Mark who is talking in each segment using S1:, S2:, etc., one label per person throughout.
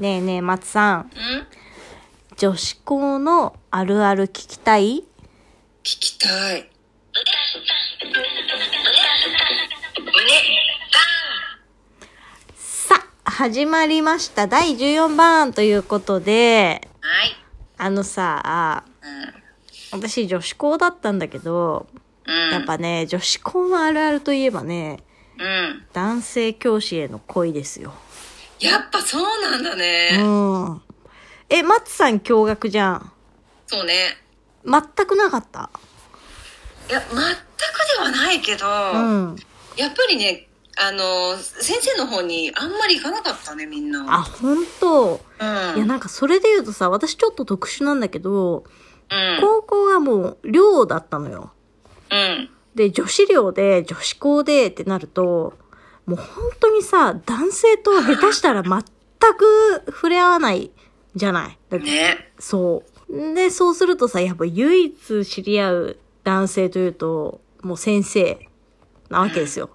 S1: ねえねえ、松さん。
S2: うん聞
S1: 女子校のあるある聞きたい
S2: きたい。
S1: さあ、始まりました。第14番ということで、
S2: はい。
S1: あのさ、私女子校だったんだけど、
S2: うん。
S1: やっ。ぱね、女子校のあるあるといえばね、
S2: うん。
S1: 男性教師への恋ですよ。
S2: やっぱそうなんだ
S1: う
S2: ね。
S1: ん。え、松さん驚愕じゃん。
S2: そうね。
S1: 全くなかった。
S2: いや、全くではないけど、
S1: うん。
S2: やっぱりね、あの、先生の方にあんまり行かなかったね、みん
S1: あ、
S2: な。
S1: ほんと。
S2: あ
S1: いや、
S2: うん。
S1: なんかそれで言うとさ、私ちょっと特殊なんだけど、
S2: うん。
S1: 高校がもう寮だったのよ。
S2: うん。
S1: で、女子寮で、女子校でってなると、もう本当にさ、男性と下手したら全く触れ合わないじゃない。だって
S2: ね。
S1: そう。で、そうするとさ、やっぱ唯一知り合う男性というと、もう先生なわけですよ。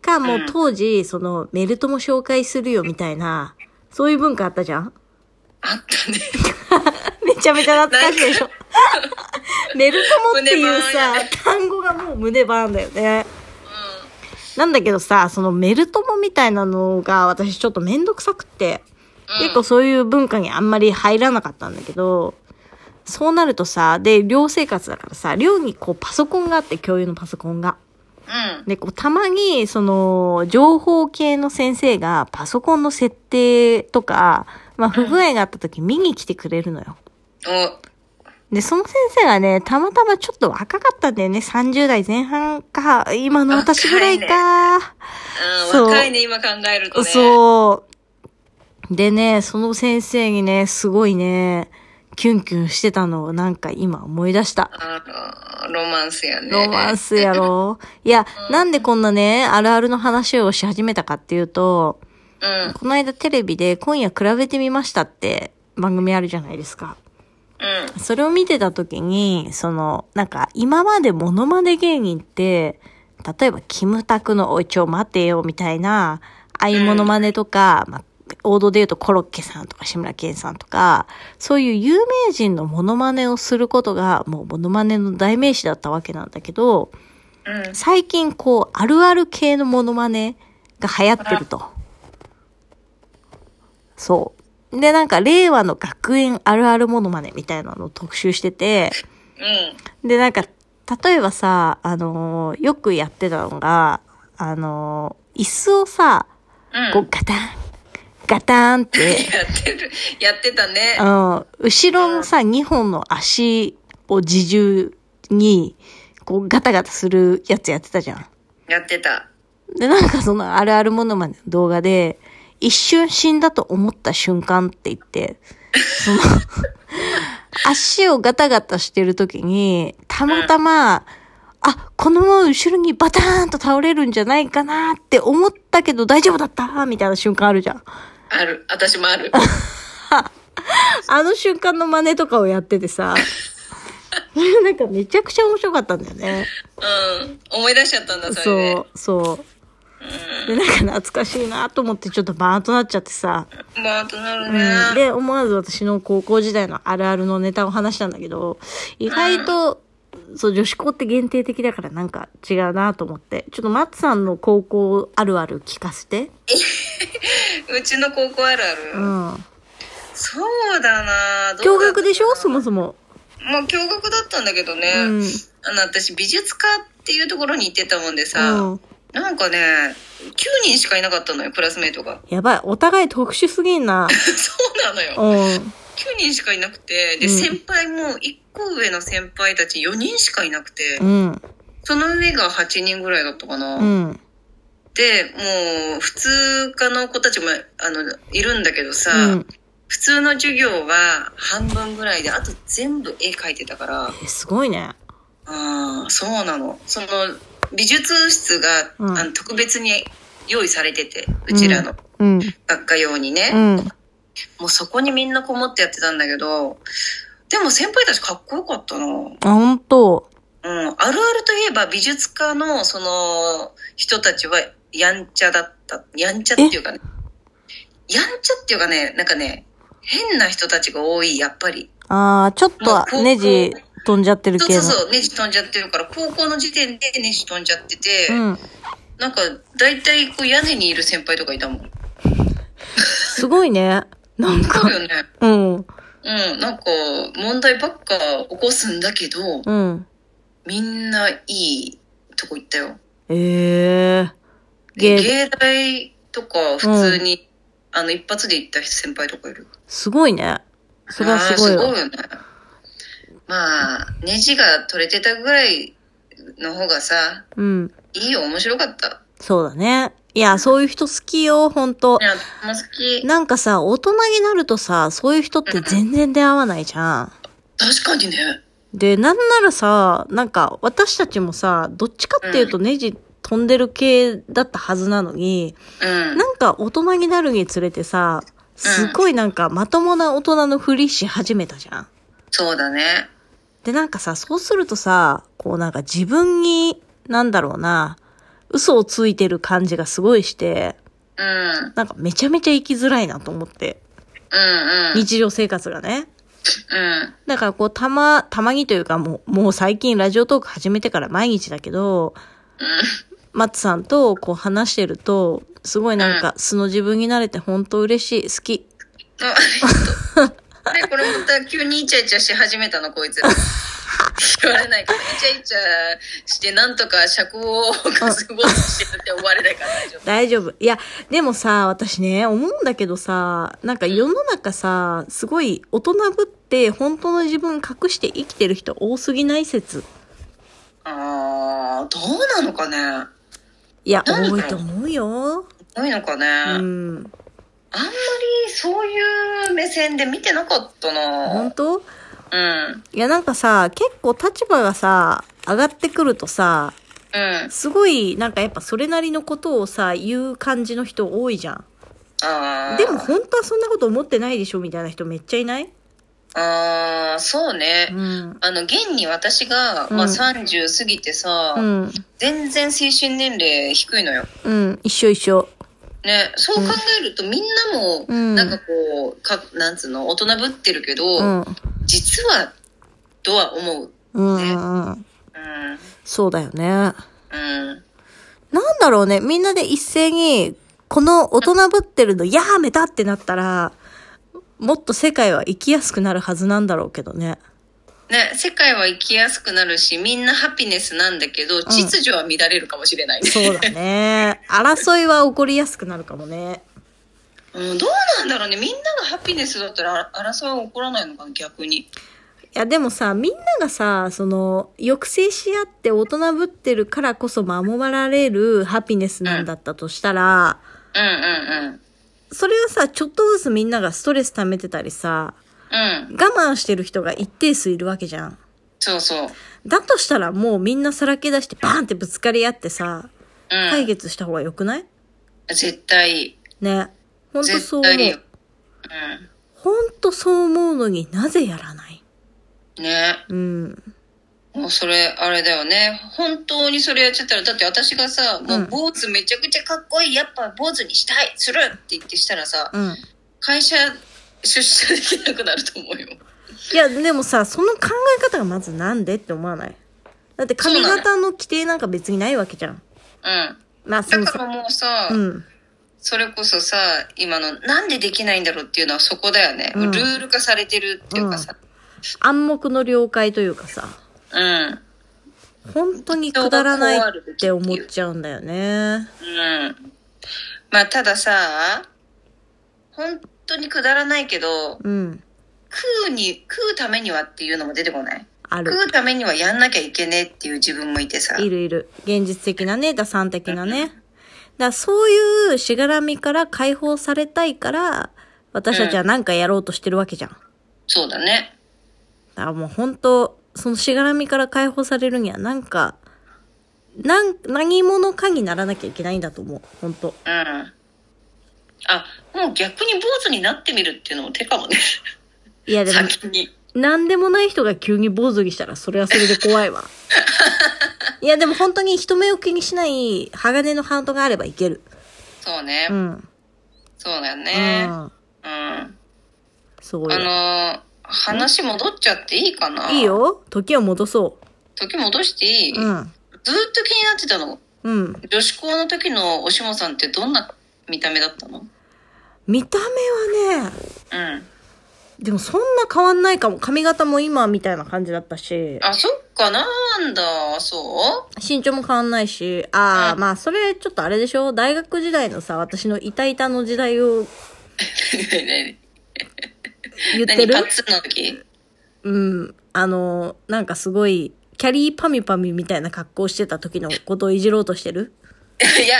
S1: か、もう当時、その、メルトも紹介するよみたいな、そういう文化あったじゃん
S2: あったね。
S1: めちゃめちゃ懐かしいで しょ。メルトモっていうさ
S2: 胸バーンやね、
S1: 単語がもう胸バーンだよね。なんだけどさ、そのメルトモみたいなのが私ちょっとめんどくさくって、
S2: うん
S1: 結構そういう文化にあんまり入らなかったんだけど、そうなるとさ、で、寮生活だからさ、寮にこうパソコンがあって、共有のパソコンが。
S2: うん。
S1: で、こうたまに、その、情報系の先生がパソコンの設定とか、まあ不具合があった時見に来てくれるのよ。
S2: お、
S1: で、その先生がね、たまたまちょっと若かったんだよね。30代前半か、今の私ぐらいか。
S2: う
S1: そ
S2: ん、
S1: う
S2: 若いね、今考えるとね。う。
S1: そう。でね、その先生にね、すごいね、キュンキュンしてたのをなんか今思い出した。
S2: あのロマンスやね。
S1: ロマンスやろ。いや、なんでこんなね、あるあるの話をし始めたかっていうと、
S2: うん。
S1: この間テレビで今夜比べてみましたって番組あるじゃないですか。
S2: うん。
S1: それを見てた時に、その、なんか、今までモノマネ芸人って、例えば、キムタクのおいちょ待てよ、みたいな、ああいうモノマネとか、まあ、王道で言うとコロッケさんとか志村けんさんとか、そういう有名人のモノマネをすることが、もうモノマネの代名詞だったわけなんだけど、
S2: うん。
S1: 最近こう、あるある系のモノマネが流行ってると。そう。で、なんか、令和の学園あるあるモノマネみたいなのを特集してて、
S2: うん。
S1: で、なんか、例えばさ、あのーよくやってたのが、あのー椅子をさ、
S2: うん。
S1: こう、ガタン、ガタンって、
S2: やってる、やってたね。
S1: うん、後ろのさ、2本の足を自重に、こう、ガタガタするやつやってたじゃん。
S2: やってた。
S1: で、なんかそのあるあるものまでの動画で、一瞬死んだと思った瞬間って言って、その、足をガタガタしてる時に、たまたま、あ、このまま後ろにバターンと倒れるんじゃないかなって思ったけど大丈夫だったみたいな瞬間あるじゃん。
S2: ある。私も ある。
S1: あの瞬間の真似とかをやっててさ、 なんかめちゃくちゃ面白かったんだよね。
S2: うん。思い出しちゃったんだ、それで。
S1: そう、そう。で、なんか懐かしいなと思ってちょっとバーンとなっちゃってさ、
S2: まあ、となる
S1: うん、
S2: ね。
S1: で思わず私の高校時代のあるあるのネタを話したんだけど意外と、そう女子校って限定的だからなんか違うなと思ってちょっとマッツさんの高校あるある聞かせて
S2: うちの高校あるあ
S1: う
S2: る。
S1: ん
S2: そうだな
S1: 驚愕でしょそ
S2: も
S1: もそも
S2: う驚愕だったんだけどね。
S1: うん
S2: あの、私、美術科っていうところに行ってたもんで
S1: う
S2: さ、
S1: ん
S2: なんかね、9人しかいなかったのよ、クラスメイトが。
S1: やばいお互い特殊すぎんな
S2: そうなの
S1: う
S2: よ。
S1: ん
S2: 9人しかいなくて、で、
S1: うん
S2: 先輩も1個上の先輩たち4人しかいなくて
S1: う、ん
S2: その上が8人ぐらいだったかな。
S1: うん
S2: で、もう、普通科の子たちも、あの、いるんだけどさ、
S1: うん
S2: 普通の授業は半分ぐらいで、あと全部絵描いてたから、
S1: えすごいね
S2: ああ、そうなの。その、美術室が、
S1: うん
S2: あの特別に用意されてて、うちらの
S1: うん
S2: 学科用にね、
S1: うん
S2: もうそこにみんなこもってやってたんだけど、でも先輩たちかっこよかったな。うん。
S1: あ本当
S2: あるあるといえば美術科のその人たちはやんちゃだった。やんちゃっていうかね。やんちゃっていうかね、なんかね、変な人たちが多い、やっぱり。
S1: ああ、ちょっとネジ飛んじゃってる
S2: そう
S1: 系
S2: そ
S1: の。
S2: うそう、ネジ飛んじゃってるから、高校の時点でネジ飛んじゃってて、
S1: うん。
S2: なんか、大体こう屋根にいる先輩とかいたもん。
S1: すごいね。なん
S2: そう
S1: か、
S2: よね。
S1: うん、
S2: うん、なんか、問題ばっか起こすんだけど、
S1: うん。
S2: みんないいとこ行ったよ。
S1: ええー。
S2: で
S1: げ、
S2: 芸大とか普通に、あの、一発で行った先輩とかいる。
S1: すごいね。それはすごい
S2: あーすご
S1: わ
S2: い。よね。まあ、ネジが取れてたぐらいの方がさ、
S1: うん。
S2: いいよ、面白かった。
S1: そうだね。いや、そういう人好きよ、ほんと
S2: い。や、もう好き。
S1: なんかさ、大人になるとさ、そういう人って全然出会わないじゃん。
S2: 確かにね。
S1: で、なんならさ、なんか私たちもさ、どっちかっていうとネジ飛んでる系だったはずなのに、
S2: うん。
S1: なんか大人になるにつれてさ、すごいなんかまともな大人のふりし始めたじゃん。
S2: そうだね。
S1: で、なんかさ、そうするとさ、こうなんか自分に、なんだろうな、嘘をついてる感じがすごいして、
S2: うん。うん
S1: なんかめちゃめちゃ生きづらいなと思って。
S2: うん。
S1: 日常生活がね。
S2: うん。
S1: だからこう、たま、たまにというかもう、もう最近ラジオトーク始めてから毎日だけど、マッツさんとこう話してると、すごいなんか素の自分になれて本当嬉しい、好き。
S2: あ、あれ、これまた急にイチャイチャし始めたの、こいつら。言われないから、イチャイチャして、なんとか尺を稼ごうとしてるって思われないから大丈夫。
S1: 大丈夫。いや、でもさ、私ね、思うんだけどさ、なんか世の中さ、すごい大人ぶって本当の自分隠して生きてる人多すぎない説。
S2: あー、どうなのかね。
S1: いや、
S2: なんだ
S1: 多いと思うよ。
S2: ないのか
S1: うん。
S2: ね。あんまりそういう目線で見てなかった
S1: 本
S2: な
S1: 当
S2: うん。
S1: いや、なんかさ、結構立場がさ、上がってくるとさ、
S2: うん。
S1: すごい、なんかやっぱそれなりのことをさ、言う感じの人多いじゃ
S2: あ
S1: ん。
S2: ー。
S1: でも本当はそんなこと思ってないでしょみたいな人めっちゃいない
S2: あー、そうね。
S1: うん。
S2: あの、現に私が、
S1: うん
S2: まあ、30過ぎてさ、
S1: うん。
S2: 全然精神年齢低いのよ。
S1: うん。一緒一緒。
S2: ね、そう考えるとみんなも、
S1: うん
S2: なんかこう、か、なんつうの、大人ぶってるけど、
S1: うん。
S2: 実は、とは思う。
S1: うんうんうん。
S2: うん。
S1: そうだよね。なん
S2: うん。
S1: だろうね。みんなで一斉に、この大人ぶってるのやめたってなったら、もっと世界は生きやすくなるはずなんだろうけどね。
S2: ね、世界は生きやすくなるし、みんなハピネスなんだけど、秩序は乱れるかもしれないね。
S1: そうだね。争いは起こりやすくなるかもね。
S2: うん、どうなんだろうね。みんながハピネスだったらあ争いは起こらないのかな、逆に。
S1: いやでもさみんながさその抑制し合って大人ぶってるからこそ守られるハピネスなんだったとしたら、
S2: うんうんうん。
S1: それはさちょっとずつみんながストレス溜めてたりさ
S2: うん。
S1: 我慢してる人が一定数いるわけじゃん。
S2: そうそう。
S1: だとしたらもうみんなさらけ出してバーンってぶつかり合ってさ
S2: うん。
S1: 解決した方が良くない
S2: 絶対。
S1: ね。ほんとそう
S2: 絶
S1: 思
S2: 対いいよ
S1: う。。ほんとそう思うのになぜやらない
S2: うん。ね。
S1: うん。
S2: もうそれ、あれだよね。本当にそれやっちゃったら、だって私がさ、も
S1: うん
S2: う坊主めちゃくちゃかっこいい。やっぱ坊主にしたい。するって言ってしたらさ、
S1: うん。
S2: 会社出社できなくなると思うよ。
S1: いや、でもさ、その考え方がまずなんでって思わないだって髪型の規定なんか別にないわけじゃん。
S2: うん。
S1: まあ、そ
S2: だ
S1: の
S2: から
S1: さ、
S2: もうさ、
S1: うん。
S2: それこそさ今のなんでできないんだろうっていうのはそこだよね、
S1: うん
S2: ルール化されてるっていうかさ
S1: 暗黙の了解というかさ、
S2: うん、うん
S1: 本当にくだらないって思っちゃうんだよね。
S2: まあたださ本当にくだらないけ
S1: う
S2: ど
S1: ん。
S2: 食うに食うためにはっていうのも出てこない
S1: ある。
S2: 食うためにはやんなきゃいけねえっていう自分もいてさ
S1: いるいる。現実的なね、打算的なね。だからそういうしがらみから解放されたいから、私たちは何かやろうとしてるわけじゃん。だ
S2: そうだね
S1: からもう本当、そのしがらみから解放されるにはなんか、なん、何者かにならなきゃいけないんだと思う。本当。
S2: うんあもう逆に坊主になってみるっていうのも手かもね
S1: いやでも、
S2: 先に
S1: 何でもない人が急に坊主にしたら、それはそれで怖い わ。いやでも本当に人目を気にしない鋼のハートがあればいける。
S2: そうね、
S1: うん。
S2: そうだよ
S1: う
S2: ね。
S1: ん。
S2: うん。あ
S1: すごいよ。
S2: のー話戻っちゃっていいかない
S1: い。よ。時を戻そ
S2: 時戻していい、
S1: う。うん。
S2: ずーっと気になってたの。
S1: うん。
S2: 女子校の時のおしもさんってどんな見た目だったのうん。
S1: 見た目はね、でもそんな変わんないかも。髪型も今みたいな感じだったし、
S2: あ、そっか、なんだ、そ
S1: 身長も変わんないし、ああ、
S2: うん
S1: まあそれちょっとあれでしょ大学時代のさ、私のイタイタの時代を
S2: う 何
S1: 言って
S2: 何
S1: る
S2: パッツンの時
S1: うん。あの、なんかすごい、キャリーパミパミみたいな格好してた時のことをいじろうとして る
S2: いや、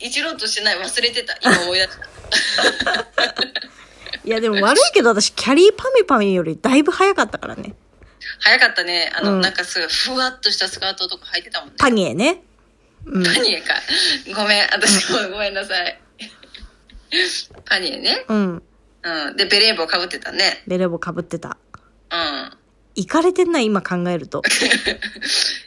S2: いじろうとしてない、忘れて た。今思い出した。
S1: いやでも悪いけど私、キャリーパミパミよりだいぶ早かったからね。
S2: 早かったね。あの、
S1: うん
S2: なんかすごい、ふわっとしたスカートとか履いてたもんね。
S1: パニエね。うん。
S2: パニエか。ごめん、私もごめんなさい。パニエね。
S1: うん。
S2: うん。で、ベレー帽かぶってたね。
S1: ベレボ被ってた。
S2: うん。
S1: 行かれてんな、今考えると。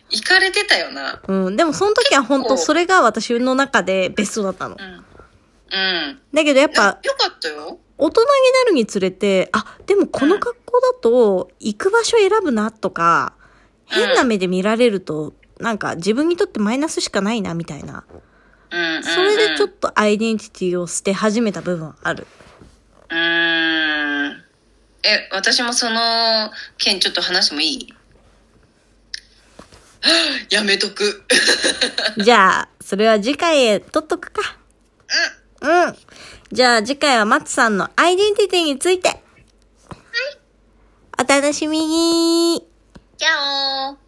S2: 行かれてたよな。
S1: うん。でもその時は本当
S2: 結構
S1: それが私の中でベストだったの
S2: う。ん。うん。
S1: だけどやっ
S2: でもよか
S1: ぱ、
S2: ったよ。
S1: 大人になるにつれて、あ、でもこの格好だと、行く場所選ぶなとか、
S2: うん
S1: 変な目で見られると、なんか自分にとってマイナスしかないな、みたいな。
S2: うん、うん。
S1: それでちょっ
S2: と。
S1: とアイデンティティを捨て始めた部分はある。
S2: うーん。え、私もその件ちょっと話してもいい やめとく。
S1: じゃあ、それは次回へ取っとくか。うん。じゃあ次回は松さんのアイデンティティについて。はい。お楽しみに。
S2: じゃあおー。